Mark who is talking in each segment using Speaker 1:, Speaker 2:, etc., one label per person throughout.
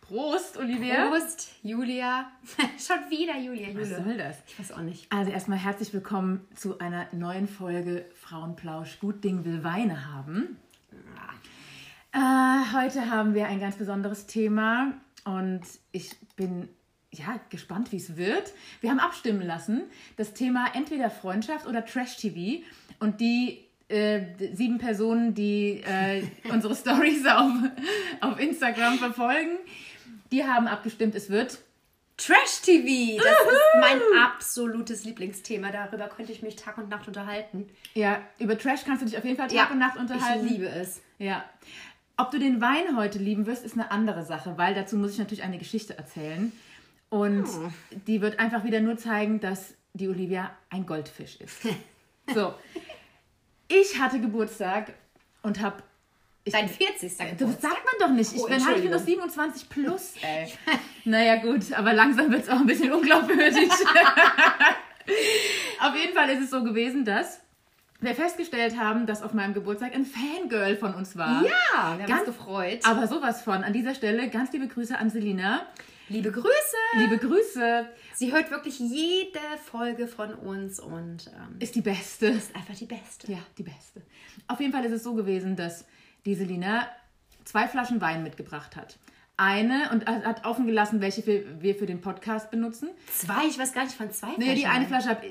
Speaker 1: Prost, Olivia.
Speaker 2: Prost, Julia. Schon wieder Julia,
Speaker 1: Was
Speaker 2: Julia.
Speaker 1: soll das?
Speaker 2: Ich weiß auch nicht.
Speaker 1: Also erstmal herzlich willkommen zu einer neuen Folge Frauenplausch. Gut Ding will Weine haben. Äh, heute haben wir ein ganz besonderes Thema und ich bin ja gespannt, wie es wird. Wir haben abstimmen lassen das Thema entweder Freundschaft oder Trash TV und die äh, sieben Personen, die äh, unsere Stories auf, auf Instagram verfolgen, die haben abgestimmt, es wird
Speaker 2: Trash TV, das ist mein absolutes Lieblingsthema. Darüber könnte ich mich Tag und Nacht unterhalten.
Speaker 1: Ja, über Trash kannst du dich auf jeden Fall Tag und Nacht unterhalten.
Speaker 2: Ich liebe es.
Speaker 1: Ja. Ob du den Wein heute lieben wirst, ist eine andere Sache, weil dazu muss ich natürlich eine Geschichte erzählen. Und die wird einfach wieder nur zeigen, dass die Olivia ein Goldfisch ist. so. Ich hatte Geburtstag und habe.
Speaker 2: Dein 40.
Speaker 1: Das
Speaker 2: Geburtstag.
Speaker 1: sagt man doch nicht. Ich
Speaker 2: Oh,
Speaker 1: bin halt ich bin doch
Speaker 2: Entschuldigung.
Speaker 1: 27 plus, ey. naja, gut, aber langsam wird es auch ein bisschen unglaubwürdig. auf jeden Fall ist es so gewesen, dass wir festgestellt haben, dass auf meinem Geburtstag ein Fangirl von uns war.
Speaker 2: Ja, wir haben
Speaker 1: Ganz-
Speaker 2: uns gefreut.
Speaker 1: Aber sowas von. An dieser Stelle ganz liebe Grüße an Selina.
Speaker 2: Liebe Grüße.
Speaker 1: Liebe Grüße.
Speaker 2: Sie hört wirklich jede Folge von uns und ähm,
Speaker 1: Ist die Beste.
Speaker 2: ist einfach die beste.
Speaker 1: Ja, die Beste. Auf jeden Fall ist es so gewesen, dass die Selina zwei Flaschen Wein mitgebracht hat. Eine und hat offen gelassen, welche wir, wir für den Podcast benutzen.
Speaker 2: Zwei, ich weiß gar nicht, von zwei
Speaker 1: Nee, die
Speaker 2: Flaschen.
Speaker 1: eine Flasche hab,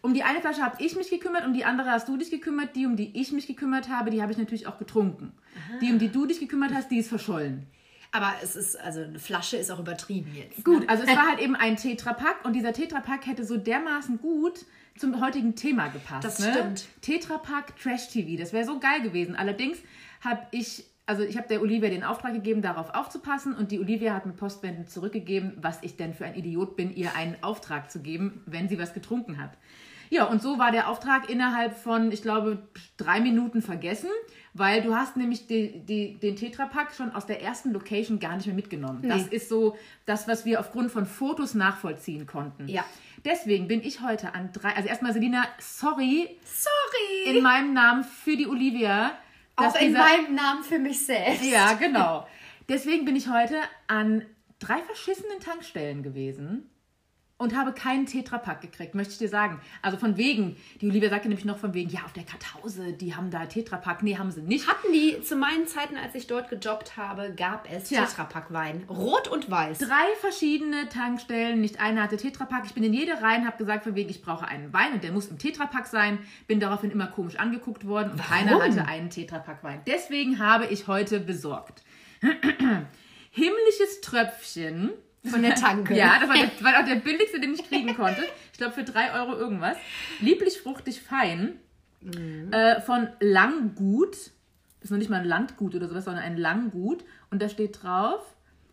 Speaker 1: um die eine Flasche habe ich mich gekümmert, um die andere hast du dich gekümmert, die um die ich mich gekümmert habe, die habe ich natürlich auch getrunken.
Speaker 2: Ah.
Speaker 1: Die um die du dich gekümmert hast, die ist verschollen.
Speaker 2: Aber es ist, also eine Flasche ist auch übertrieben jetzt.
Speaker 1: Gut, also es war halt eben ein Tetrapack und dieser Tetrapack hätte so dermaßen gut zum heutigen Thema gepasst.
Speaker 2: Das
Speaker 1: ne?
Speaker 2: stimmt.
Speaker 1: Tetrapack Trash TV, das wäre so geil gewesen. Allerdings habe ich, also ich habe der Olivia den Auftrag gegeben, darauf aufzupassen und die Olivia hat mir postwendend zurückgegeben, was ich denn für ein Idiot bin, ihr einen Auftrag zu geben, wenn sie was getrunken hat. Ja, und so war der Auftrag innerhalb von, ich glaube, drei Minuten vergessen, weil du hast nämlich die, die, den Tetrapack schon aus der ersten Location gar nicht mehr mitgenommen. Das
Speaker 2: Nee.
Speaker 1: ist so das, was wir aufgrund von Fotos nachvollziehen konnten.
Speaker 2: Ja.
Speaker 1: Deswegen bin ich heute an drei, also erstmal Selina, sorry
Speaker 2: Sorry.
Speaker 1: in meinem Namen für die Olivia.
Speaker 2: auch
Speaker 1: dass
Speaker 2: in
Speaker 1: dieser-
Speaker 2: meinem Namen für mich selbst.
Speaker 1: Ja, genau. Deswegen bin ich heute an drei verschissenen Tankstellen gewesen und habe keinen Tetrapack gekriegt, möchte ich dir sagen. Also von wegen, die Olivia sagte nämlich noch von wegen, ja, auf der Kartause, die haben da Tetrapack. Nee, haben sie nicht.
Speaker 2: Hatten die zu meinen Zeiten, als ich dort gejobbt habe, gab es
Speaker 1: Tja.
Speaker 2: Tetrapack-Wein. Rot und weiß.
Speaker 1: drei verschiedene Tankstellen, nicht eine hatte Tetrapack. Ich bin in jede rein, habe gesagt, von wegen, ich brauche einen Wein und der muss im Tetrapack sein. Bin daraufhin immer komisch angeguckt worden und keiner hatte einen Tetrapack Wein. Deswegen habe ich heute besorgt. Himmlisches Tröpfchen.
Speaker 2: Von der Tanke.
Speaker 1: Ja, das war, der, war auch der billigste, den ich kriegen konnte. Ich glaube für 3 Euro irgendwas. Lieblich, fruchtig, fein. Äh, von Langgut. Das ist noch nicht mal ein Landgut oder sowas, sondern ein Langgut. Und da steht drauf,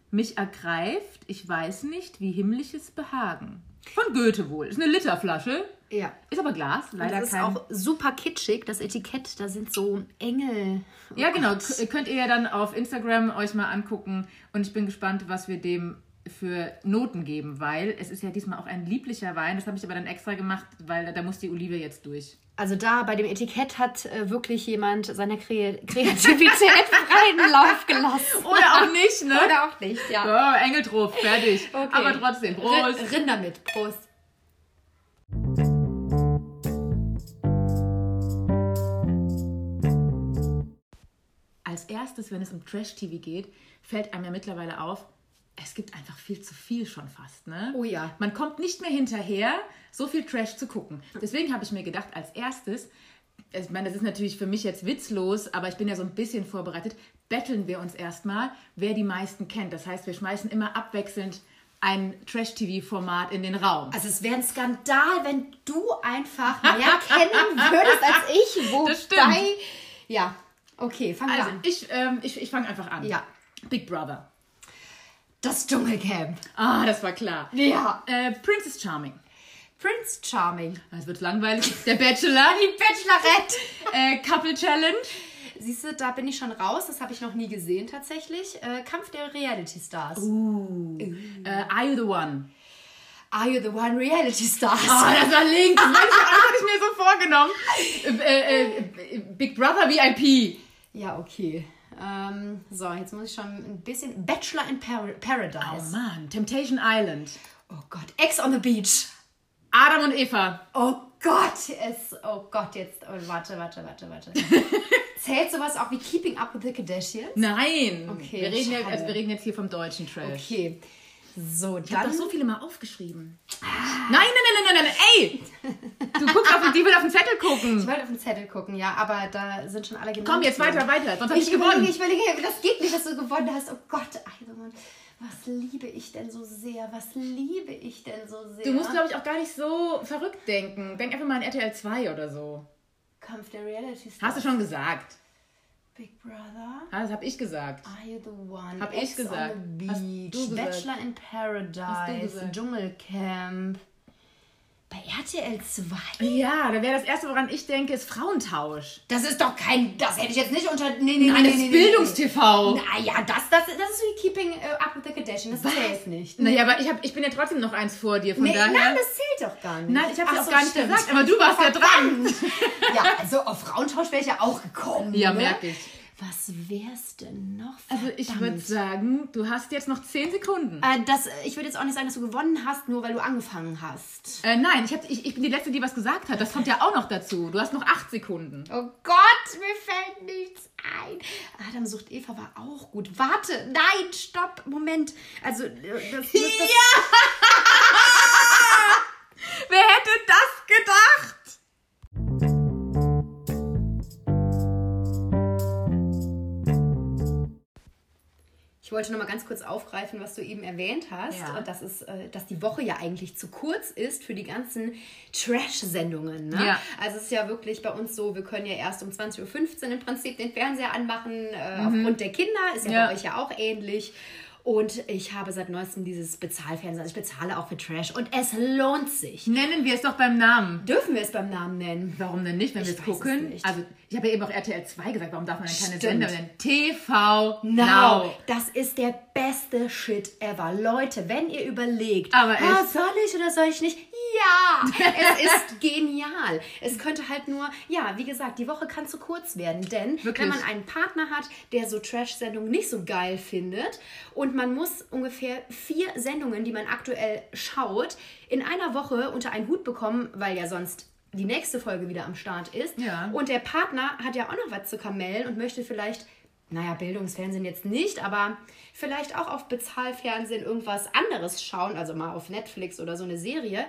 Speaker 1: mich ergreift, ich weiß nicht, wie himmlisches Behagen. Von Goethe wohl. Ist eine Literflasche.
Speaker 2: ja.
Speaker 1: Ist aber Glas, leider
Speaker 2: Das ist
Speaker 1: kein.
Speaker 2: auch super kitschig, das Etikett, da sind so Engel.
Speaker 1: ja, genau.
Speaker 2: Gott.
Speaker 1: K- Könnt ihr ja dann auf Instagram euch mal angucken. Und ich bin gespannt, was wir dem für Noten geben, weil es ist ja diesmal auch ein lieblicher Wein. Das habe ich aber dann extra gemacht, weil da- da muss die Olive jetzt durch.
Speaker 2: Also da bei dem Etikett hat äh, wirklich jemand seiner Kre Kreativität freien Lauf gelassen.
Speaker 1: Oder auch nicht, ne?
Speaker 2: Oder auch nicht, ja.
Speaker 1: Oh, Engel drauf, fertig. Aber trotzdem, Prost.
Speaker 2: Rind, Rinder mit, Prost.
Speaker 1: Als erstes, wenn es um Trash-TV geht, fällt einem ja mittlerweile auf, es gibt einfach viel zu viel schon fast, ne?
Speaker 2: Oh ja.
Speaker 1: Man kommt nicht mehr hinterher, so viel Trash zu gucken. Deswegen habe ich mir gedacht, als erstes, also ich meine, das ist natürlich für mich jetzt witzlos, aber ich bin ja so ein bisschen vorbereitet, betteln wir uns erstmal, wer die meisten kennt. Das heißt, wir schmeißen immer abwechselnd ein Trash-TV-Format in den Raum.
Speaker 2: Also es wäre ein Skandal, wenn du einfach mehr kennen würdest als ich. Wobei,
Speaker 1: Das stimmt.
Speaker 2: Ja, okay, fangen wir
Speaker 1: Also,
Speaker 2: an.
Speaker 1: ich, ähm, ich, ich fange einfach an.
Speaker 2: Ja.
Speaker 1: Big Brother.
Speaker 2: Das Dschungelcamp.
Speaker 1: Ah, das war klar.
Speaker 2: Ja.
Speaker 1: Äh, Princess Charming.
Speaker 2: Prince Charming.
Speaker 1: Ah, Es wird langweilig. Der Bachelor.
Speaker 2: Die Bachelorette.
Speaker 1: äh, Couple Challenge.
Speaker 2: Siehst du, da bin ich schon raus. Das habe ich noch nie gesehen
Speaker 1: Uh.
Speaker 2: tatsächlich. Äh, Kampf der Reality Stars.
Speaker 1: Äh, Are You the One?
Speaker 2: Are You the One Reality Stars?
Speaker 1: Ah, das war links. Das hatte ich mir so vorgenommen. Äh, äh, äh, Big Brother VIP.
Speaker 2: Ja, okay. Ähm, so, jetzt muss ich schon ein bisschen. Bachelor in Par
Speaker 1: Oh
Speaker 2: Paradise.
Speaker 1: Mann, Temptation Island.
Speaker 2: Oh Gott, Ex on the Beach.
Speaker 1: Adam und Eva.
Speaker 2: Oh Gott, es. Oh Gott, jetzt. Oh, warte, warte, warte, warte. Zählt sowas auch wie Keeping Up with the Kardashians?
Speaker 1: Nein.
Speaker 2: Okay,
Speaker 1: wir, reden ja,
Speaker 2: schade.
Speaker 1: also wir reden jetzt hier vom deutschen Trash.
Speaker 2: Okay. So,
Speaker 1: Ich habe
Speaker 2: dann.
Speaker 1: doch so viele mal aufgeschrieben. Nein, nein, nein, nein, nein, nein, ey! Du guckst auf den, die will auf den Zettel
Speaker 2: Ich
Speaker 1: gucken.
Speaker 2: wollte auf den Zettel gucken, ja, aber da sind schon alle genannt.
Speaker 1: Komm, jetzt
Speaker 2: worden.
Speaker 1: weiter, weiter. Sonst hab
Speaker 2: Ich,
Speaker 1: ich gewonnen.
Speaker 2: überlege, ich überlege, das geht nicht, dass du gewonnen hast. Oh Gott, Eisenmann, was liebe ich denn so sehr? Was liebe ich denn so sehr?
Speaker 1: Du musst, glaube ich, auch gar nicht so verrückt denken. Denk einfach mal an RTL 2 oder so.
Speaker 2: Kampf der Reality Stars.
Speaker 1: Hast du schon gesagt.
Speaker 2: Big Brother?
Speaker 1: Ah, Das habe ich gesagt.
Speaker 2: Are you the one?
Speaker 1: Hab ich
Speaker 2: Ex
Speaker 1: gesagt.
Speaker 2: On the
Speaker 1: Hast
Speaker 2: Beach.
Speaker 1: du gesagt.
Speaker 2: Bachelor in Paradise.
Speaker 1: gesagt.
Speaker 2: Dschungelcamp. Bei RTL 2?
Speaker 1: Ja, da wäre das Erste, woran ich denke, ist Frauentausch.
Speaker 2: Das ist doch kein. Das hätte ich jetzt nicht unter. Nee, nee,
Speaker 1: Nein, das
Speaker 2: nee, nee,
Speaker 1: ist
Speaker 2: nee, nee.
Speaker 1: Bildungstv.
Speaker 2: Naja, das, das, das ist wie Keeping äh, Up with the Kardashians. Das zählt nicht.
Speaker 1: Naja, aber ich, hab, ich bin ja trotzdem noch eins vor dir, von
Speaker 2: Nee,
Speaker 1: daher.
Speaker 2: nein, das zählt doch gar nicht.
Speaker 1: Nein, ich habe
Speaker 2: Ach
Speaker 1: es auch
Speaker 2: so,
Speaker 1: gar nicht
Speaker 2: stimmt.
Speaker 1: gesagt, aber du warst ja dran.
Speaker 2: Ja, also auf Frauentausch wäre ich ja auch gekommen.
Speaker 1: Ja,
Speaker 2: ne?
Speaker 1: merk ich.
Speaker 2: Was wär's denn noch?
Speaker 1: Also ich würde sagen, du hast jetzt noch 10 Sekunden.
Speaker 2: Äh, das, äh, ich würde jetzt auch nicht sagen, dass du gewonnen hast, nur weil du angefangen hast.
Speaker 1: Äh, nein, ich, hab, ich, ich bin die Letzte, die was gesagt hat. Das kommt ja auch noch dazu. Du hast noch 8 Sekunden.
Speaker 2: Oh Gott, mir fällt nichts ein. Adam sucht Eva war auch gut. Warte, nein, stopp, Moment. Also, äh, das, das, das,
Speaker 1: Wer hätte das gedacht?
Speaker 2: Ich wollte noch mal ganz kurz aufgreifen, was du eben erwähnt hast.
Speaker 1: Ja.
Speaker 2: Und das ist, äh, dass die Woche ja eigentlich zu kurz ist für die ganzen Trash-Sendungen. Ne?
Speaker 1: Ja.
Speaker 2: Also es ist ja wirklich bei uns so, wir können ja erst um 20.15 Uhr im Prinzip den Fernseher anmachen, äh, aufgrund der Kinder. Ist ja,
Speaker 1: Mhm. Ja.
Speaker 2: bei euch ja auch ähnlich. Und ich habe seit neuestem dieses Bezahlfernsehen. Also ich bezahle auch für Trash. Und es lohnt sich.
Speaker 1: Nennen wir es doch beim Namen.
Speaker 2: Dürfen wir es beim Namen nennen?
Speaker 1: Warum denn nicht, wenn wir
Speaker 2: Ich
Speaker 1: es
Speaker 2: weiß
Speaker 1: gucken?
Speaker 2: es nicht.
Speaker 1: Also, ich habe ja eben auch RTL 2 gesagt, warum darf man denn keine
Speaker 2: Stimmt.
Speaker 1: Sender nennen? TV
Speaker 2: Now.
Speaker 1: Now.
Speaker 2: Das ist der beste Shit ever. Leute, wenn ihr überlegt,
Speaker 1: Aber
Speaker 2: ah,
Speaker 1: echt.
Speaker 2: soll ich oder soll ich nicht? Ja, es ist genial. Es könnte halt nur, ja, wie gesagt, die Woche kann zu kurz werden, denn
Speaker 1: Wirklich?
Speaker 2: wenn man einen Partner hat, der so Trash-Sendungen nicht so geil findet und man muss ungefähr vier Sendungen, die man aktuell schaut, in einer Woche unter einen Hut bekommen, weil ja sonst die nächste Folge wieder am Start ist.
Speaker 1: Ja.
Speaker 2: Und der Partner hat ja auch noch was zu kamellen und möchte vielleicht, naja, Bildungsfernsehen jetzt nicht, aber vielleicht auch auf Bezahlfernsehen irgendwas anderes schauen, also mal auf Netflix oder so eine Serie.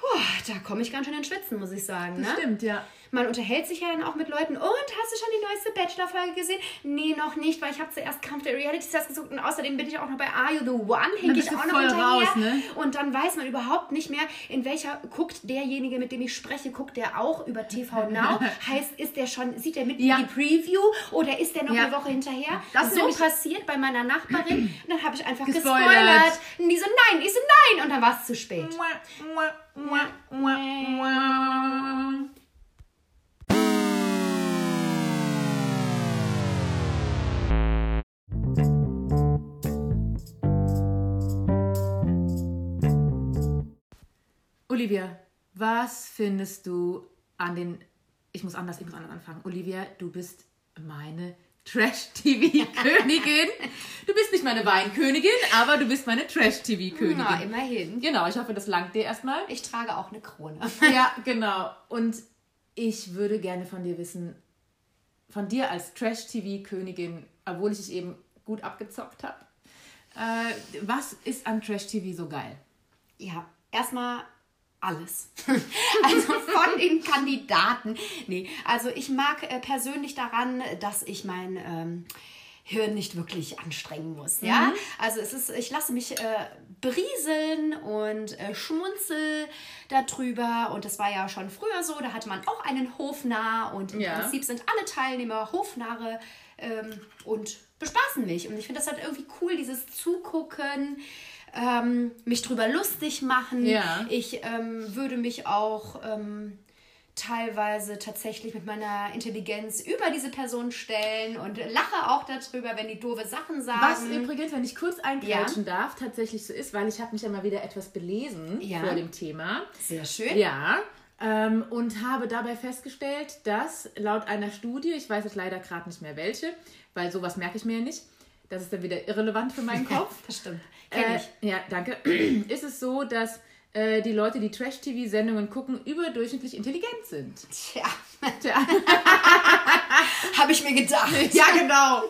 Speaker 2: Puh, da komme ich ganz schön in Schwitzen, muss ich sagen. Ne?
Speaker 1: Stimmt, ja.
Speaker 2: Man unterhält sich ja dann auch mit Leuten. Und hast du schon die neueste Bachelor-Folge gesehen? Nee, noch nicht, weil ich habe zuerst Kampf der Reality Stars gesucht und außerdem bin ich auch noch bei Are You the One, hänge ich
Speaker 1: bist
Speaker 2: auch
Speaker 1: du
Speaker 2: noch
Speaker 1: voll
Speaker 2: hinterher.
Speaker 1: raus, ne?
Speaker 2: Und dann weiß man überhaupt nicht mehr, in welcher guckt derjenige, mit dem ich spreche, guckt der auch über TV Now? heißt, ist der schon, sieht der mit
Speaker 1: Ja.
Speaker 2: in die Preview oder ist der noch
Speaker 1: Ja.
Speaker 2: eine Woche hinterher?
Speaker 1: Das ist
Speaker 2: so
Speaker 1: nämlich-
Speaker 2: passiert bei meiner Nachbarin. Und dann habe ich einfach gespoilert.
Speaker 1: Gespoilert.
Speaker 2: Und die so, nein, ich so, nein. Und dann war es zu spät.
Speaker 1: Olivia, was findest du an den. Ich muss anders, ich muss anders anfangen. Olivia, du bist meine Trash-TV-Königin. du bist nicht meine Weinkönigin, aber du bist meine Trash-TV-Königin.
Speaker 2: Na, immerhin.
Speaker 1: Genau, ich hoffe, das langt dir erstmal.
Speaker 2: Ich trage auch eine Krone.
Speaker 1: Ja, genau. Und ich würde gerne von dir wissen, von dir als Trash-TV-Königin, obwohl ich dich eben gut abgezockt habe, äh, was ist an Trash-TV so geil?
Speaker 2: Ja, erstmal alles. Also von den Kandidaten. Nee, also ich mag äh, persönlich daran, dass ich mein ähm, Hirn nicht wirklich anstrengen muss. Ja, also es ist, ich lasse mich äh, berieseln und äh, schmunzel darüber. Und das war ja schon früher so. Da hatte man auch einen Hofnarr und im
Speaker 1: Ja.
Speaker 2: Prinzip sind alle Teilnehmer Hofnarre ähm, und bespaßen mich. Und ich finde das halt irgendwie cool, dieses Zugucken, ähm, mich drüber lustig machen.
Speaker 1: Ja.
Speaker 2: Ich ähm, würde mich auch ähm, teilweise tatsächlich mit meiner Intelligenz über diese Person stellen und lache auch darüber, wenn die doofe Sachen sagen.
Speaker 1: Was übrigens, wenn ich kurz einklatschen darf, tatsächlich so ist, weil ich habe mich ja mal wieder etwas belesen
Speaker 2: Ja.
Speaker 1: vor dem Thema.
Speaker 2: Sehr schön.
Speaker 1: Ja. Ähm, und habe dabei festgestellt, dass laut einer Studie, ich weiß jetzt leider gerade nicht mehr welche, weil sowas merke ich mir ja nicht, das ist dann wieder irrelevant für meinen Kopf.
Speaker 2: Das stimmt. Kenn
Speaker 1: Äh,
Speaker 2: ich.
Speaker 1: ja, danke. ist es so, dass äh, die Leute, die Trash-TV-Sendungen gucken, überdurchschnittlich intelligent sind?
Speaker 2: Tja,
Speaker 1: Tja.
Speaker 2: habe ich mir gedacht.
Speaker 1: Ja, genau.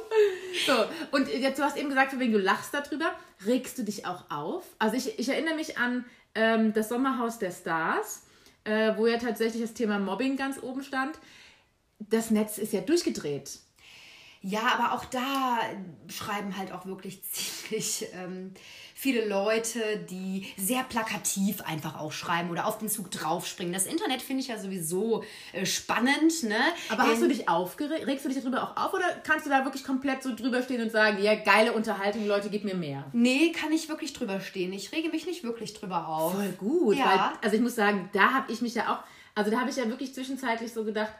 Speaker 1: So, und äh, jetzt, du hast eben gesagt, von wegen du lachst darüber, regst du dich auch auf? Also ich, ich erinnere mich an ähm, das Sommerhaus der Stars, äh, wo ja tatsächlich das Thema Mobbing ganz oben stand. Das Netz ist ja durchgedreht.
Speaker 2: Ja, aber auch da schreiben halt auch wirklich ziemlich ähm, viele Leute, die sehr plakativ einfach auch schreiben oder auf den Zug draufspringen. Das Internet finde ich ja sowieso äh, spannend, ne?
Speaker 1: Aber
Speaker 2: Ähm,
Speaker 1: hast du dich aufgeregt? Regst du dich darüber auch auf oder kannst du da wirklich komplett so drüber stehen und sagen, ja, geile Unterhaltung, Leute, gib mir mehr?
Speaker 2: Nee, kann ich wirklich drüber stehen. Ich rege mich nicht wirklich drüber auf.
Speaker 1: Voll gut.
Speaker 2: Ja.
Speaker 1: Weil, also ich muss sagen, da habe ich mich ja auch, also da habe ich ja wirklich zwischenzeitlich so gedacht,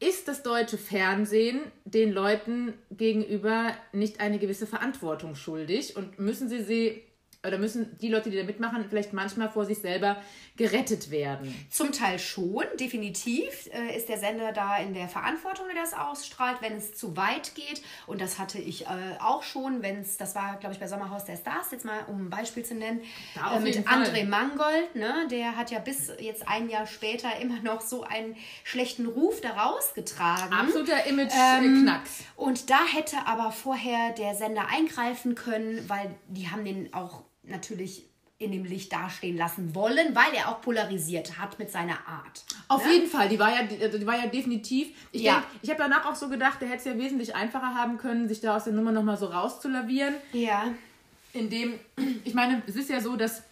Speaker 1: ist das deutsche Fernsehen den Leuten gegenüber nicht eine gewisse Verantwortung schuldig und müssen sie sie oder müssen die Leute, die da mitmachen, vielleicht manchmal vor sich selber gerettet werden?
Speaker 2: Zum Teil schon, definitiv äh, ist der Sender da in der Verantwortung, der das ausstrahlt, wenn es zu weit geht. Und das hatte ich äh, auch schon, wenn es, das war, glaube ich, bei Sommerhaus der Stars, jetzt mal um ein Beispiel zu nennen,
Speaker 1: Da
Speaker 2: äh,
Speaker 1: auf
Speaker 2: mit
Speaker 1: jeden Fall.
Speaker 2: André Mangold, ne? der hat ja bis jetzt ein Jahr später immer noch so einen schlechten Ruf daraus getragen.
Speaker 1: Absoluter äh, Image-Knacks.
Speaker 2: Und da hätte aber vorher der Sender eingreifen können, weil die haben den auch natürlich in dem Licht dastehen lassen wollen, weil er auch polarisiert hat mit seiner Art.
Speaker 1: Auf jeden Fall, die war ja, die, also die war ne? ja definitiv. Ich,
Speaker 2: Ja.
Speaker 1: denk, ich habe danach auch so gedacht, der hätte es ja wesentlich einfacher haben können, sich da aus der Nummer nochmal so rauszulavieren.
Speaker 2: Ja.
Speaker 1: in dem, ich meine, es ist ja so, dass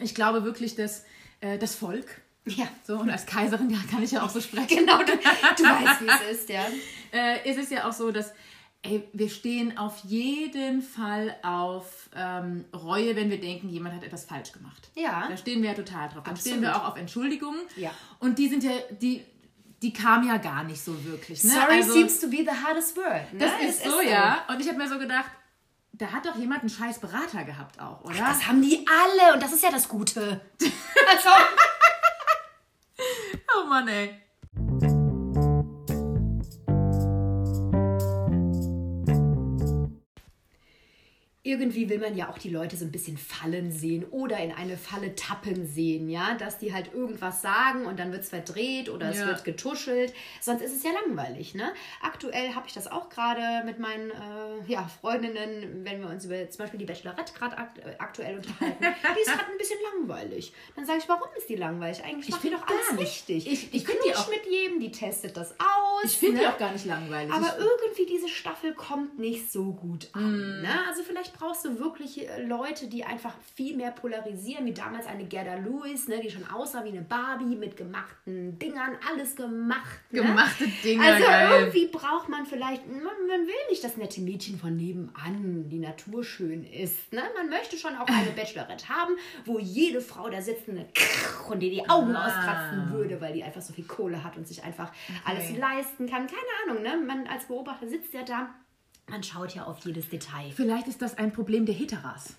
Speaker 1: ich glaube wirklich, dass äh, das Volk,
Speaker 2: Ja.
Speaker 1: so und als Kaiserin ja, kann ich ja auch so sprechen,
Speaker 2: Genau, du, du weißt, wie es ist, ja.
Speaker 1: äh, ist es ja auch so, dass ey, wir stehen auf jeden Fall auf ähm, Reue, wenn wir denken, jemand hat etwas falsch gemacht.
Speaker 2: Ja.
Speaker 1: Da stehen wir ja ne, total drauf. Da stehen
Speaker 2: Absolut.
Speaker 1: wir auch auf Entschuldigungen.
Speaker 2: Ja.
Speaker 1: Und die sind ja, die, die kam ja gar nicht so wirklich. Ne?
Speaker 2: Sorry
Speaker 1: Also-
Speaker 2: seems to be the hardest word. Ne?
Speaker 1: Das
Speaker 2: Es
Speaker 1: ist, so, ja. Und ich habe mir so gedacht, da hat doch jemand einen scheiß Berater gehabt auch, oder?
Speaker 2: Das haben die alle und das ist ja das Gute. Also,
Speaker 1: oh Mann, ey.
Speaker 2: irgendwie will man ja auch die Leute so ein bisschen fallen sehen oder in eine Falle tappen sehen, ja, dass die halt irgendwas sagen und dann wird es verdreht oder es
Speaker 1: Ja.
Speaker 2: wird getuschelt. Sonst ist es ja langweilig, ne? Aktuell habe ich das auch gerade mit meinen äh, ja, Freundinnen, wenn wir uns über zum Beispiel die Bachelorette gerade akt äh, aktuell unterhalten, die ist gerade ein bisschen langweilig. Dann sage ich, warum ist die langweilig? Eigentlich macht die
Speaker 1: find
Speaker 2: doch
Speaker 1: gar
Speaker 2: alles
Speaker 1: nicht. Ich-
Speaker 2: richtig.
Speaker 1: ich find die
Speaker 2: knutscht
Speaker 1: auch-
Speaker 2: mit jedem, die testet das aus.
Speaker 1: Ich finde die
Speaker 2: ne?
Speaker 1: auch gar nicht langweilig.
Speaker 2: Aber irgendwie diese Staffel kommt nicht so gut an. Ne? Also vielleicht brauchst du wirklich äh, Leute, die einfach viel mehr polarisieren, wie damals eine Gerda Lewis, ne? die schon aussah wie eine Barbie mit gemachten Dingern, alles gemacht. Ne?
Speaker 1: Gemachte Dinger,
Speaker 2: Also
Speaker 1: geil.
Speaker 2: irgendwie braucht man vielleicht, man, man will nicht das nette Mädchen von nebenan, die naturschön ist. Ne? Man möchte schon auch eine Bachelorette haben, wo jede Frau da sitzt und eine Krach und dir die Augen
Speaker 1: Ah.
Speaker 2: auskratzen würde, weil die einfach so viel Kohle hat und sich einfach alles
Speaker 1: Okay.
Speaker 2: leisten kann. Keine Ahnung, ne? Man als Beobachter sitzt ja da. Man schaut ja auf jedes Detail.
Speaker 1: Vielleicht ist das ein Problem der Heteras.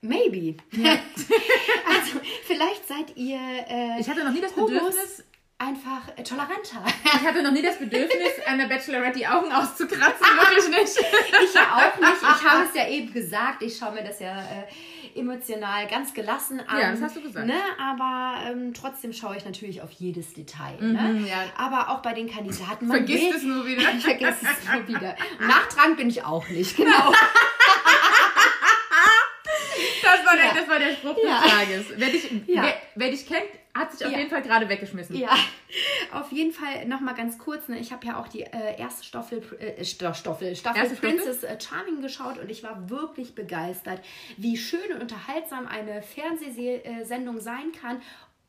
Speaker 2: Maybe. also, vielleicht seid ihr äh,
Speaker 1: Ich hatte noch nie das
Speaker 2: Homos
Speaker 1: Bedürfnis,
Speaker 2: einfach äh, toleranter.
Speaker 1: ich hatte noch nie das Bedürfnis, einer Bachelorette die Augen auszukratzen, wirklich nicht.
Speaker 2: Ich ja auch nicht. Ich habe es ja eben gesagt. Ich schaue mir das ja äh, emotional ganz gelassen an.
Speaker 1: Ja, das hast du gesagt.
Speaker 2: Ne? Aber ähm, trotzdem schaue ich natürlich auf jedes Detail. ne?
Speaker 1: Mhm, ja.
Speaker 2: Aber auch bei den Kandidaten. Man
Speaker 1: Vergiss ne?
Speaker 2: will-
Speaker 1: es nur wieder.
Speaker 2: Ich vergiss es nur wieder. Nachtragend bin ich auch nicht, genau.
Speaker 1: Das war der,
Speaker 2: Ja.
Speaker 1: das war der Spruch
Speaker 2: Ja.
Speaker 1: des Tages. Wer dich,
Speaker 2: Ja.
Speaker 1: wer, wer dich kennt, hat sich auf
Speaker 2: Ja.
Speaker 1: jeden Fall gerade weggeschmissen.
Speaker 2: Ja, auf jeden Fall nochmal ganz kurz. Ne? Ich habe ja auch die äh, erste Staffel, äh, Sto- Staffel, Staffel
Speaker 1: Erste Staffel?
Speaker 2: Princess äh, Charming geschaut und ich war wirklich begeistert, wie schön und unterhaltsam eine Fernsehsendung sein kann.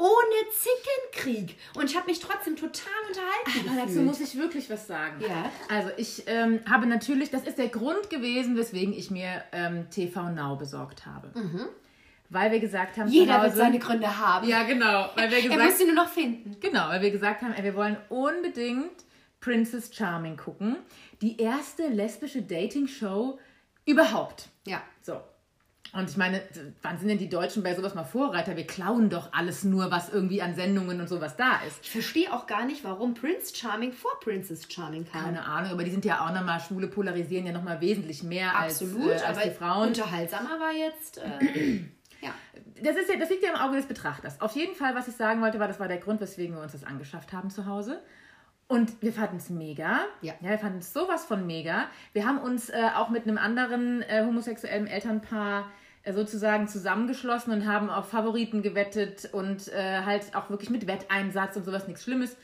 Speaker 2: Ohne Zickenkrieg. Und ich habe mich trotzdem total unterhalten.
Speaker 1: Aber dazu
Speaker 2: gefühlt.
Speaker 1: muss ich wirklich was sagen.
Speaker 2: Ja.
Speaker 1: Also ich ähm, habe natürlich, das ist der Grund gewesen, weswegen ich mir ähm, TV Now besorgt habe. Weil wir gesagt haben, zu
Speaker 2: Jeder wird
Speaker 1: Hause-
Speaker 2: seine Gründe haben.
Speaker 1: genau Ja, genau. Weil wir
Speaker 2: er
Speaker 1: gesagt
Speaker 2: muss sie nur noch finden.
Speaker 1: Genau, weil wir gesagt haben, ey, wir wollen unbedingt Princess Charming gucken. Die erste lesbische Dating-Show überhaupt.
Speaker 2: Ja.
Speaker 1: So. Und ich meine, wann sind denn die Deutschen bei sowas mal Vorreiter? Wir klauen doch alles nur, was irgendwie an Sendungen und sowas da ist.
Speaker 2: Ich verstehe auch gar nicht, warum Prince Charming vor Princess Charming kam.
Speaker 1: Keine Ahnung, aber die sind ja auch nochmal, Schwule polarisieren ja nochmal wesentlich mehr
Speaker 2: Absolut,
Speaker 1: als, äh, als
Speaker 2: aber
Speaker 1: die Frauen.
Speaker 2: unterhaltsamer war jetzt. Äh, ja.
Speaker 1: Das, ist ja, das liegt ja im Auge des Betrachters. Auf jeden Fall, was ich sagen wollte, war, das war der Grund, weswegen wir uns das angeschafft haben zu Hause. Und wir fanden es mega.
Speaker 2: Ja.
Speaker 1: ja. Wir fanden es sowas von mega. Wir haben uns äh, auch mit einem anderen äh, homosexuellen Elternpaar äh, sozusagen zusammengeschlossen und haben auf Favoriten gewettet und äh, halt auch wirklich mit Wetteinsatz und sowas, nichts Schlimmes.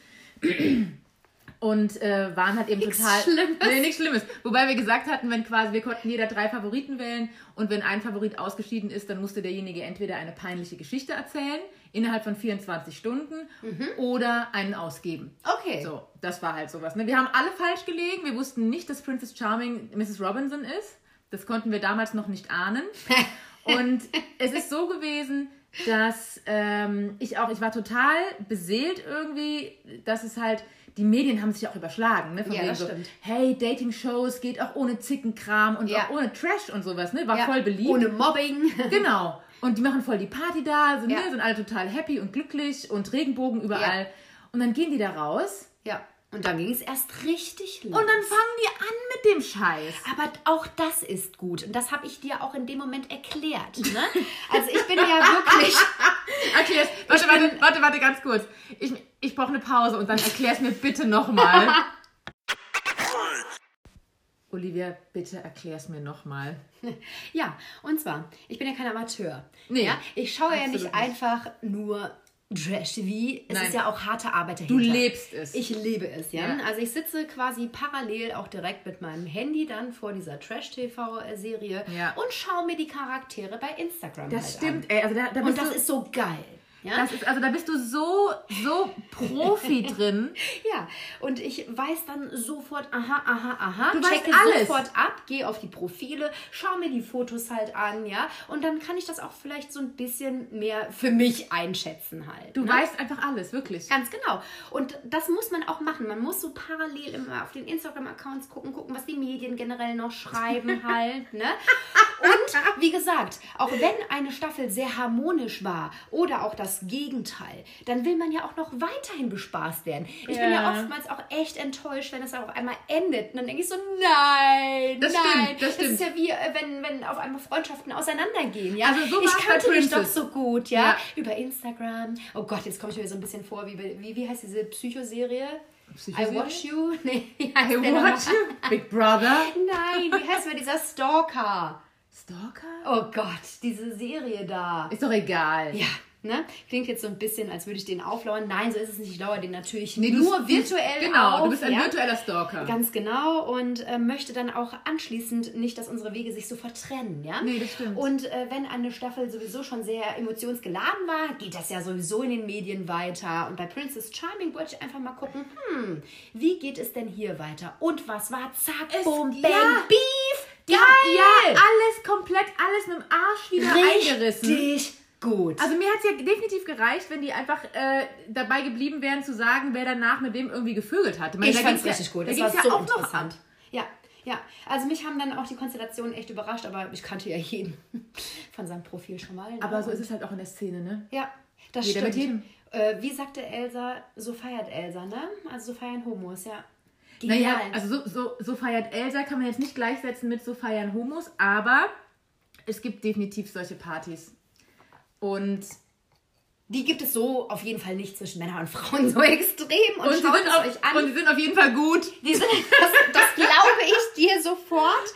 Speaker 1: Und äh, waren halt eben total.
Speaker 2: Schlimmes.
Speaker 1: Nee, nichts Schlimmes. Wobei wir gesagt hatten, wenn quasi, wir konnten jeder drei Favoriten wählen und wenn ein Favorit ausgeschieden ist, dann musste derjenige entweder eine peinliche Geschichte erzählen, innerhalb von 24 Stunden, oder einen ausgeben.
Speaker 2: Okay.
Speaker 1: So, das war halt sowas. Ne? Wir haben alle falsch gelegen. Wir wussten nicht, dass Princess Charming Mrs. Robinson ist. Das konnten wir damals noch nicht ahnen. Und es ist so gewesen, dass ähm, ich auch, ich war total beseelt irgendwie, dass es halt, die Medien haben sich auch überschlagen, ne? Von
Speaker 2: Ja,
Speaker 1: wegen
Speaker 2: das
Speaker 1: so,
Speaker 2: stimmt.
Speaker 1: hey, Dating-Shows geht auch ohne Zickenkram und
Speaker 2: Ja.
Speaker 1: auch ohne Trash und sowas, ne? War
Speaker 2: Ja,
Speaker 1: voll beliebt.
Speaker 2: Ohne Mobbing.
Speaker 1: Genau. Und die machen voll die Party da, also,
Speaker 2: Ja.
Speaker 1: ne, sind alle total happy und glücklich und Regenbogen überall. Und dann gehen die da raus
Speaker 2: ja. Und dann ging es erst richtig los.
Speaker 1: und dann fangen die an mit dem Scheiß.
Speaker 2: aber auch das ist gut. Und das habe ich dir auch in dem Moment erklärt. Ne? Also ich bin ja wirklich.
Speaker 1: Erklär's. Warte, warte, warte, warte, ganz kurz. Ich, ich brauche eine Pause und dann erklär's mir bitte nochmal. Olivia, bitte erklär's mir nochmal.
Speaker 2: Ja, und zwar, ich bin ja kein Amateur.
Speaker 1: Nee,
Speaker 2: ja, ich schaue ja
Speaker 1: absolut
Speaker 2: nicht,
Speaker 1: nicht.
Speaker 2: einfach nur Trash-TV. Es
Speaker 1: Nein.
Speaker 2: ist ja auch harte Arbeit dahinter.
Speaker 1: Du lebst es.
Speaker 2: Ich lebe es, ja.
Speaker 1: Ja.
Speaker 2: Also ich sitze quasi parallel auch direkt mit meinem Handy dann vor dieser Trash-TV-Serie
Speaker 1: Ja.
Speaker 2: und schaue mir die Charaktere bei Instagram
Speaker 1: das
Speaker 2: halt
Speaker 1: stimmt, ey. Also da, da
Speaker 2: an. Und
Speaker 1: bist
Speaker 2: das
Speaker 1: du,
Speaker 2: ist so geil. Ja?
Speaker 1: das ist, also da bist du so, so Profi drin.
Speaker 2: ja, und ich weiß dann sofort, aha, aha, aha,
Speaker 1: Du
Speaker 2: checke
Speaker 1: weißt alles.
Speaker 2: sofort ab, gehe auf die Profile, schaue mir die Fotos halt an, ja, und dann kann ich das auch vielleicht so ein bisschen mehr für mich einschätzen halt.
Speaker 1: Du
Speaker 2: ne?
Speaker 1: weißt einfach alles, wirklich.
Speaker 2: Ganz genau. Und das muss man auch machen. Man muss so parallel immer auf den Instagram-Accounts gucken, gucken, was die Medien generell noch schreiben halt. Ne? Und wie gesagt, auch wenn eine Staffel sehr harmonisch war oder auch das Gegenteil, dann will man ja auch noch weiterhin bespaßt werden. Ich bin ja
Speaker 1: Ja.
Speaker 2: oftmals auch echt enttäuscht, wenn es dann auf einmal endet. Und dann denke ich so, nein,
Speaker 1: Das stimmt,
Speaker 2: nein.
Speaker 1: das
Speaker 2: ist
Speaker 1: stimmt.
Speaker 2: ja wie, äh, wenn, wenn auf einmal Freundschaften auseinandergehen. Ja?
Speaker 1: Also so
Speaker 2: ich
Speaker 1: war's bei
Speaker 2: kannte mich doch
Speaker 1: Princess.
Speaker 2: so so gut, ja?
Speaker 1: Ja.
Speaker 2: Über Instagram. Oh Gott, jetzt komme ich mir so ein bisschen vor, wie, wie, wie heißt diese Psychoserie?
Speaker 1: Psychoserie?
Speaker 2: I Watch You? Nee, wie heißt
Speaker 1: I
Speaker 2: der nochmal?
Speaker 1: watch you. Big Brother.
Speaker 2: Nein, wie heißt mir dieser Stalker?
Speaker 1: Stalker?
Speaker 2: Oh Gott, diese Serie da.
Speaker 1: Ist doch egal.
Speaker 2: Ja, ne? Klingt jetzt so ein bisschen, als würde ich den auflauern. Nein, so ist es nicht. Ich lauere den natürlich
Speaker 1: Nee, du-
Speaker 2: nur
Speaker 1: du-
Speaker 2: virtuell
Speaker 1: Genau,
Speaker 2: auf.
Speaker 1: du bist ein
Speaker 2: ja?
Speaker 1: virtueller Stalker.
Speaker 2: Ganz genau und äh, möchte dann auch anschließend nicht, dass unsere Wege sich sofort trennen, ja?
Speaker 1: Nee, das stimmt.
Speaker 2: Und äh, wenn eine Staffel sowieso schon sehr emotionsgeladen war, geht das ja sowieso in den Medien weiter. Und bei Princess Charming wollte ich einfach mal gucken, hm, wie geht es denn hier weiter? Und was war? Zack,
Speaker 1: Es-
Speaker 2: boom, bang,
Speaker 1: ja.
Speaker 2: beef!
Speaker 1: Ja,
Speaker 2: Geil!
Speaker 1: ja, alles komplett, alles mit dem Arsch wieder eingerissen.
Speaker 2: Richtig gut.
Speaker 1: Also mir hat es ja definitiv gereicht, wenn die einfach äh, dabei geblieben wären zu sagen, wer danach mit wem irgendwie gevögelt hatte. meine,
Speaker 2: Ich
Speaker 1: da
Speaker 2: fand's
Speaker 1: ging's
Speaker 2: richtig gut.
Speaker 1: Da
Speaker 2: Das
Speaker 1: ging
Speaker 2: war
Speaker 1: es ja
Speaker 2: so
Speaker 1: auch noch
Speaker 2: interessant.
Speaker 1: ab.
Speaker 2: Ja, ja. Also mich haben dann auch die Konstellationen echt überrascht, aber ich kannte ja jeden von seinem Profil schon mal. ne?
Speaker 1: Aber so
Speaker 2: Und-
Speaker 1: ist es halt auch in der Szene, ne?
Speaker 2: Ja, das
Speaker 1: Jeder mit
Speaker 2: stimmt.
Speaker 1: jedem.
Speaker 2: Äh, wie sagte Elsa, so feiert Elsa, ne? Also so feiern Homos, ja. Genial.
Speaker 1: Naja, also so, so, so feiert Elsa kann man jetzt nicht gleichsetzen mit so feiern Homos, aber es gibt definitiv solche Partys. Und
Speaker 2: die gibt es so auf jeden Fall nicht zwischen Männern und Frauen so extrem. Und,
Speaker 1: und sie, sind
Speaker 2: schaut es
Speaker 1: auf,
Speaker 2: euch an.
Speaker 1: und sie sind auf jeden Fall gut.
Speaker 2: die sind, das, das glaube ich dir sofort.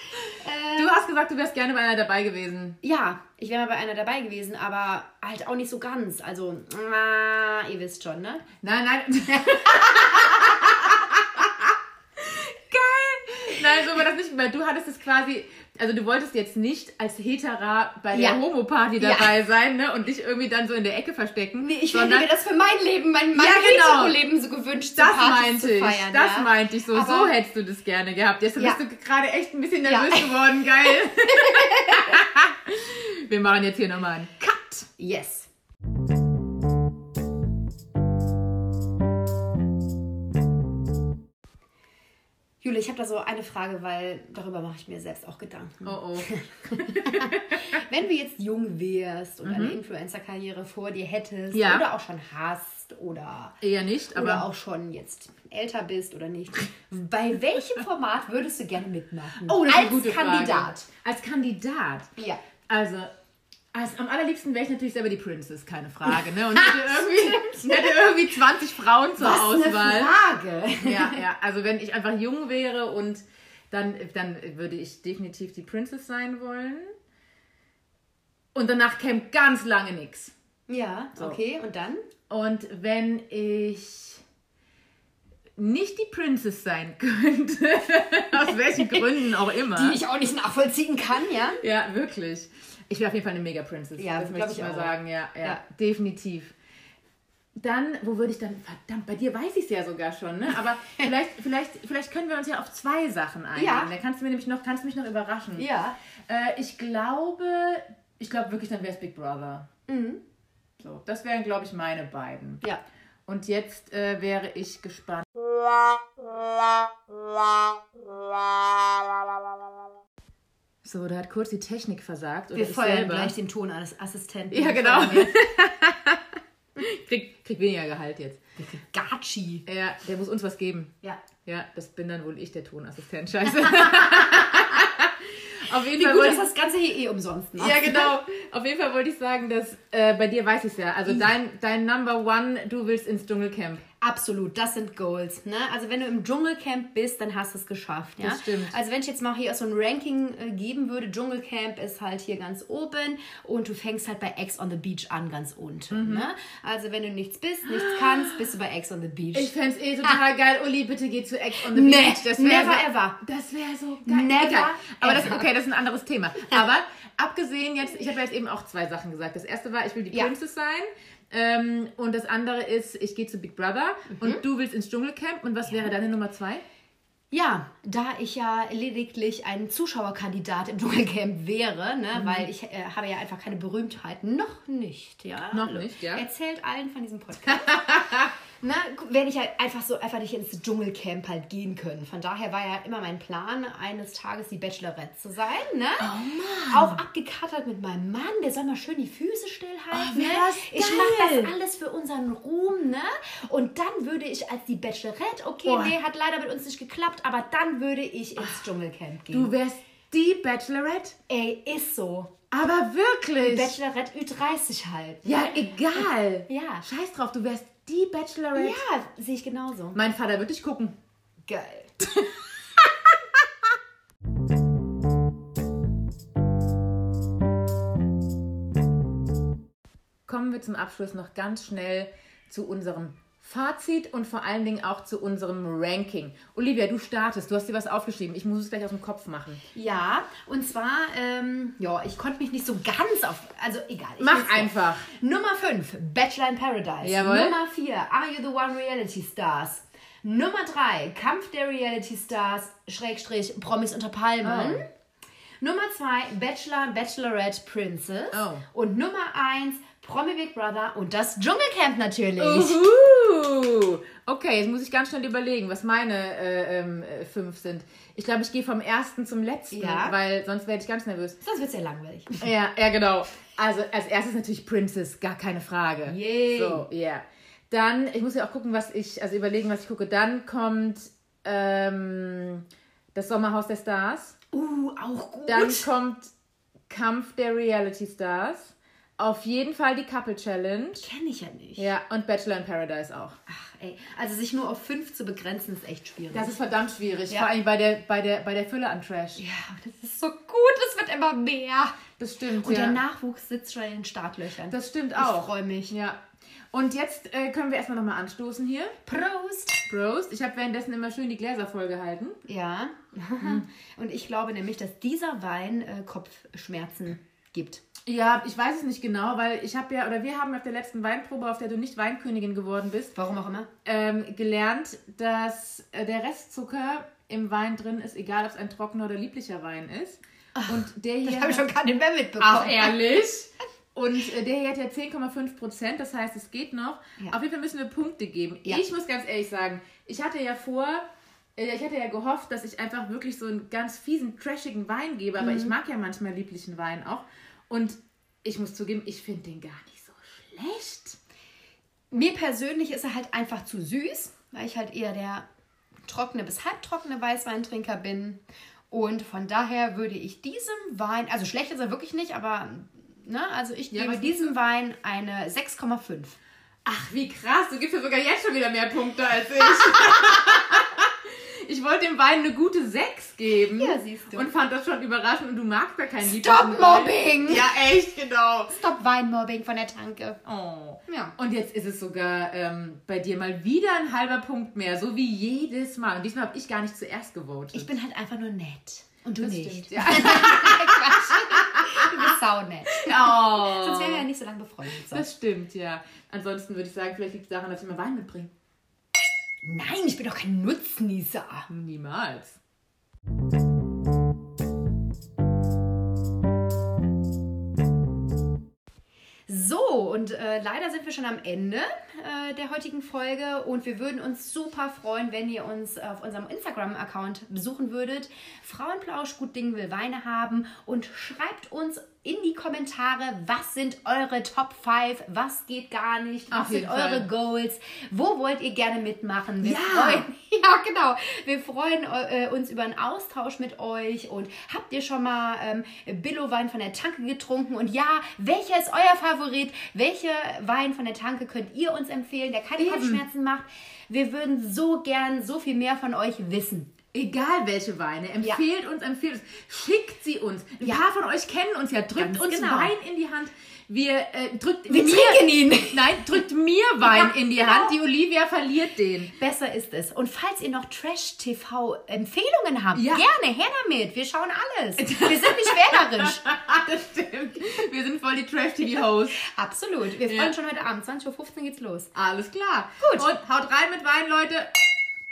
Speaker 2: Äh,
Speaker 1: Du hast gesagt, du wärst gerne bei einer dabei gewesen.
Speaker 2: ja, ich wäre mal bei einer dabei gewesen, aber halt auch nicht so ganz. Also, ah, ihr wisst schon, ne?
Speaker 1: Nein, nein. Geil. Nein, so war das nicht, weil du hattest es quasi, also du wolltest jetzt nicht als Hetera bei der
Speaker 2: Ja.
Speaker 1: Homo-Party
Speaker 2: Ja.
Speaker 1: dabei sein, ne, und dich irgendwie dann so in der Ecke verstecken.
Speaker 2: Nee, ich hätte
Speaker 1: sondern
Speaker 2: mir das für mein Leben, mein, mein
Speaker 1: genau.
Speaker 2: Hetero-Leben so gewünscht, so
Speaker 1: das
Speaker 2: Partys
Speaker 1: meinte
Speaker 2: zu
Speaker 1: ich,
Speaker 2: feiern.
Speaker 1: das
Speaker 2: ja.
Speaker 1: meinte ich so, so
Speaker 2: Aber-
Speaker 1: hättest du das gerne gehabt. Jetzt
Speaker 2: Ja.
Speaker 1: bist du gerade echt ein bisschen
Speaker 2: Ja.
Speaker 1: nervös geworden, geil. Wir machen jetzt hier nochmal einen Cut. Cut!
Speaker 2: Yes. Jule, ich habe da so eine Frage, weil darüber mache ich mir selbst auch Gedanken.
Speaker 1: Oh oh.
Speaker 2: Wenn du jetzt jung wärst und eine Influencer-Karriere vor dir hättest
Speaker 1: Mhm. Ja.
Speaker 2: oder auch schon hast oder,
Speaker 1: Eher nicht, aber
Speaker 2: oder auch schon jetzt älter bist oder nicht, bei welchem Format würdest du gerne mitmachen?
Speaker 1: Oh, das ist
Speaker 2: Als
Speaker 1: eine gute Frage.
Speaker 2: Kandidat.
Speaker 1: Als Kandidat.
Speaker 2: Ja.
Speaker 1: Also, als, am allerliebsten wäre ich natürlich selber die Princess, keine Frage. Ne? Und hätte irgendwie, hätte irgendwie 20 Frauen zur
Speaker 2: Was eine
Speaker 1: Auswahl.
Speaker 2: Frage.
Speaker 1: Ja, ja, also wenn ich einfach jung wäre und dann, dann würde ich definitiv die Princess sein wollen. Und danach käme ganz lange nichts.
Speaker 2: Ja, okay, und dann?
Speaker 1: Und wenn ich nicht die Princess sein könnte, aus welchen Gründen auch immer.
Speaker 2: Die ich auch nicht nachvollziehen kann, ja?
Speaker 1: Ja, wirklich. Ich wäre auf jeden Fall eine Mega Princess.
Speaker 2: Ja,
Speaker 1: das
Speaker 2: glaub
Speaker 1: möchte ich
Speaker 2: ich
Speaker 1: mal
Speaker 2: auch.
Speaker 1: sagen. Ja, ja,
Speaker 2: Ja.
Speaker 1: definitiv. Dann, wo würde ich dann, verdammt, bei dir weiß ich es ja sogar schon, ne? Aber vielleicht, vielleicht, vielleicht können wir uns ja auf zwei Sachen einigen.
Speaker 2: Ja.
Speaker 1: Dann kannst du mir nämlich noch, kannst du mich noch überraschen.
Speaker 2: Ja.
Speaker 1: Äh, ich glaube, ich glaube wirklich, dann wäre es Big Brother. So, das wären, glaube ich, meine beiden.
Speaker 2: Ja.
Speaker 1: Und jetzt äh, wäre ich gespannt. So, da hat kurz die Technik versagt. Oder
Speaker 2: Wir
Speaker 1: ich
Speaker 2: feuern
Speaker 1: selber.
Speaker 2: gleich den Ton eines Assistenten.
Speaker 1: Ja, genau.
Speaker 2: Feuern wir.
Speaker 1: Krieg, krieg weniger Gehalt jetzt.
Speaker 2: Gatschi.
Speaker 1: Ja, der muss uns was geben.
Speaker 2: Ja.
Speaker 1: Ja, das bin dann wohl ich, der Tonassistent. Scheiße. Auf jeden
Speaker 2: Wie
Speaker 1: Fall
Speaker 2: gut,
Speaker 1: wollte
Speaker 2: dass
Speaker 1: ich,
Speaker 2: das Ganze hier eh umsonst macht.
Speaker 1: ja, genau. Auf jeden Fall wollte ich sagen, dass äh, bei dir weiß ich es ja. Also dein, dein Number One, du willst ins Dschungelcamp.
Speaker 2: Absolut, das sind Goals. Ne? Also wenn du im Dschungelcamp bist, dann hast du es geschafft. Ja?
Speaker 1: Das stimmt.
Speaker 2: Also wenn ich jetzt mal hier so ein Ranking äh, geben würde, Dschungelcamp ist halt hier ganz oben und du fängst halt bei Ex on the Beach an, ganz unten. Ne? Also wenn du nichts bist, nichts kannst, bist du bei Ex on the Beach.
Speaker 1: Ich fände es eh total geil. Uli, bitte geh zu Ex on the
Speaker 2: Ah. Nee,
Speaker 1: Beach. Das wär
Speaker 2: never
Speaker 1: so,
Speaker 2: ever.
Speaker 1: Das wäre so geil.
Speaker 2: Never
Speaker 1: Egal. Aber das,
Speaker 2: ever.
Speaker 1: okay, das ist ein anderes Thema. Aber abgesehen jetzt, ich habe ja jetzt eben auch zwei Sachen gesagt. Das erste war, ich will die
Speaker 2: Ja.
Speaker 1: Princess sein. Ähm, und das andere ist, ich gehe zu Big Brother
Speaker 2: Mhm.
Speaker 1: und du willst ins Dschungelcamp. Und was wäre deine Nummer zwei?
Speaker 2: Ja, da ich ja lediglich ein Zuschauerkandidat im Dschungelcamp wäre,
Speaker 1: Mhm.
Speaker 2: ne, weil ich äh, habe ja einfach keine Berühmtheit. Noch nicht, ja.
Speaker 1: Noch nicht, ja.
Speaker 2: Erzählt allen von diesem Podcast. ne, werde ich halt einfach so einfach nicht ins Dschungelcamp halt gehen können. Von daher war ja immer mein Plan, eines Tages die Bachelorette zu sein, ne? Oh Auch abgekatert mit meinem Mann, der soll mal schön die Füße stillhalten.
Speaker 1: Oh, wär
Speaker 2: ne?
Speaker 1: das
Speaker 2: Ich
Speaker 1: geil.
Speaker 2: mache das alles für unseren Ruhm, ne? Und dann würde ich als die Bachelorette, okay,
Speaker 1: Boah.
Speaker 2: nee, hat leider mit uns nicht geklappt, aber dann würde ich ins Dschungelcamp gehen.
Speaker 1: Du wärst die Bachelorette?
Speaker 2: Ey, ist so.
Speaker 1: Aber wirklich?
Speaker 2: Bachelorette Ü30 halt.
Speaker 1: Ja, egal.
Speaker 2: Ja.
Speaker 1: Scheiß drauf, du wärst die Bachelorette.
Speaker 2: Ja, sehe ich genauso.
Speaker 1: Mein Vater wird dich gucken.
Speaker 2: Geil.
Speaker 1: Kommen wir zum Abschluss noch ganz schnell zu unserem Fazit und vor allen Dingen auch zu unserem Ranking. Olivia, du startest. Du hast dir was aufgeschrieben. Ich muss es gleich aus dem Kopf machen.
Speaker 2: Ja, und zwar, ähm, ja, ich konnte mich nicht so ganz auf. Also egal. Ich
Speaker 1: Mach
Speaker 2: will's nicht.
Speaker 1: einfach.
Speaker 2: Nummer 5, Bachelor in Paradise.
Speaker 1: Jawohl.
Speaker 2: Nummer 4, Are You the One Reality Stars. Nummer 3, Kampf der Reality Stars, Schrägstrich, Promis unter Palmen.
Speaker 1: Oh.
Speaker 2: Nummer 2, Bachelor, Bachelorette, Princess.
Speaker 1: Oh.
Speaker 2: Und Nummer 1, Promi Big Brother und das Dschungelcamp natürlich.
Speaker 1: Uh. Uhu. Okay, jetzt muss ich ganz schnell überlegen, was meine äh, ähm, äh, fünf sind. Ich glaube, ich gehe vom ersten zum letzten,
Speaker 2: Ja.
Speaker 1: weil sonst werde ich ganz nervös.
Speaker 2: Sonst wird's ja langweilig.
Speaker 1: Ja, ja, genau. Also als erstes natürlich Princess, gar keine Frage.
Speaker 2: Yay.
Speaker 1: So, ja. Dann, ich muss ja auch gucken, was ich, also überlegen, was ich gucke. Dann kommt ähm, das Sommerhaus der Stars.
Speaker 2: Uh, auch gut.
Speaker 1: Dann kommt Kampf der Reality Stars. Auf jeden Fall die Couple Challenge.
Speaker 2: Kenne ich ja nicht.
Speaker 1: Ja, und Bachelor in Paradise auch.
Speaker 2: Ach, ey. Also sich nur auf 5 zu begrenzen, ist echt schwierig.
Speaker 1: Das ist verdammt schwierig,
Speaker 2: Ja.
Speaker 1: vor allem bei der, bei, der, bei der Fülle an Trash.
Speaker 2: ja, das ist so gut, es wird immer mehr.
Speaker 1: Das stimmt.
Speaker 2: Und
Speaker 1: ja.
Speaker 2: der Nachwuchs sitzt schon in den Startlöchern.
Speaker 1: das stimmt auch.
Speaker 2: Ich freue mich.
Speaker 1: Ja. Und jetzt äh, können wir erstmal nochmal anstoßen hier.
Speaker 2: Prost!
Speaker 1: Prost. Ich habe währenddessen immer schön die Gläser vollgehalten.
Speaker 2: Ja. Und ich glaube nämlich, dass dieser Wein äh, Kopfschmerzen gibt.
Speaker 1: Ja, ich weiß es nicht genau, weil ich habe ja, oder wir haben auf der letzten Weinprobe, auf der du nicht Weinkönigin geworden bist,
Speaker 2: Warum auch immer.
Speaker 1: ähm, gelernt, dass äh, der Restzucker im Wein drin ist, egal ob es ein trockener oder lieblicher Wein ist. Und der hier.
Speaker 2: Ich habe schon gar nicht mehr mitbekommen.
Speaker 1: Ach, ehrlich? Und äh, der hier hat ja 10,5 Prozent, das heißt, es geht noch.
Speaker 2: Ja.
Speaker 1: Auf jeden Fall müssen wir Punkte geben.
Speaker 2: Ja.
Speaker 1: Ich muss ganz ehrlich sagen, ich hatte ja vor, äh, ich hatte ja gehofft, dass ich einfach wirklich so einen ganz fiesen, trashigen Wein gebe, aber ich mag ja manchmal lieblichen Wein auch. Und ich muss zugeben, ich finde den gar nicht so schlecht.
Speaker 2: Mir persönlich ist er halt einfach zu süß, weil ich halt eher der trockene bis halbtrockene Weißweintrinker bin. Und von daher würde ich diesem Wein, also schlecht ist er wirklich nicht, aber ne, also ich
Speaker 1: Ja,
Speaker 2: gebe
Speaker 1: was-
Speaker 2: diesem Wein eine 6,5.
Speaker 1: Ach, wie krass, du gibst ja sogar jetzt schon wieder mehr Punkte als ich. ich wollte dem Wein eine gute 6 geben.
Speaker 2: Ja, siehst du.
Speaker 1: Und fand das schon überraschend und du magst ja keinen
Speaker 2: Stop
Speaker 1: lieblichen Wein.
Speaker 2: Mobbing!
Speaker 1: Ja, echt, genau.
Speaker 2: Stop Weinmobbing von der Tanke.
Speaker 1: Oh.
Speaker 2: Ja.
Speaker 1: Und jetzt ist es sogar ähm, bei dir mal wieder ein halber Punkt mehr, so wie jedes Mal. Und diesmal habe ich gar nicht zuerst gewotet.
Speaker 2: Ich bin halt einfach nur nett. Und du
Speaker 1: das
Speaker 2: nicht.
Speaker 1: stimmt. Ja.
Speaker 2: Quatsch. du bist saunett.
Speaker 1: Oh.
Speaker 2: Sonst wären wir ja nicht so lange befreundet. So.
Speaker 1: Das stimmt, ja. Ansonsten würde ich sagen, vielleicht liegt es daran, dass ich mal Wein mitbringe.
Speaker 2: Nein, ich bin doch kein Nutznießer.
Speaker 1: Niemals.
Speaker 2: So, und äh, leider sind wir schon am Ende äh, der heutigen Folge und wir würden uns super freuen, wenn ihr uns auf unserem Instagram-Account besuchen würdet. Frauenplausch, gut Ding will Weine haben und schreibt uns in die Kommentare, was sind eure Top 5, was geht gar nicht, was
Speaker 1: Auf
Speaker 2: sind
Speaker 1: jeden
Speaker 2: eure
Speaker 1: Fall.
Speaker 2: Goals, wo wollt ihr gerne mitmachen? Wir
Speaker 1: Ja.
Speaker 2: freuen ja, genau. Wir freuen äh, uns über einen Austausch mit euch. Und habt ihr schon mal ähm, Billow-Wein von der Tanke getrunken? Und ja, welcher ist euer Favorit? Welcher Wein von der Tanke könnt ihr uns empfehlen, der keine
Speaker 1: Eben.
Speaker 2: Kopfschmerzen macht? Wir würden so gern so viel mehr von euch wissen.
Speaker 1: Egal welche Weine, empfehlt uns, empfehlt uns, schickt sie uns. Ein
Speaker 2: Ja.
Speaker 1: paar von euch kennen uns ja, drückt
Speaker 2: Ganz
Speaker 1: uns
Speaker 2: genau.
Speaker 1: Wein in die Hand. Wir äh, drückt
Speaker 2: Wir
Speaker 1: mir,
Speaker 2: trinken ihn.
Speaker 1: nein, drückt mir Wein
Speaker 2: Ja,
Speaker 1: in die
Speaker 2: genau.
Speaker 1: Hand. Die Olivia verliert den.
Speaker 2: Besser ist es. Und falls ihr noch Trash-TV-Empfehlungen habt,
Speaker 1: Ja.
Speaker 2: gerne her damit. Wir schauen alles. Wir sind nicht wählerisch.
Speaker 1: das stimmt. Wir sind voll die Trash-TV-Hosts.
Speaker 2: Absolut. Wir freuen
Speaker 1: Ja.
Speaker 2: uns schon heute Abend. 20.15 Uhr geht's los.
Speaker 1: Alles klar.
Speaker 2: Gut.
Speaker 1: Und haut rein mit Wein, Leute.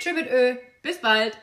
Speaker 2: Tschö mit Ö.
Speaker 1: Bis bald.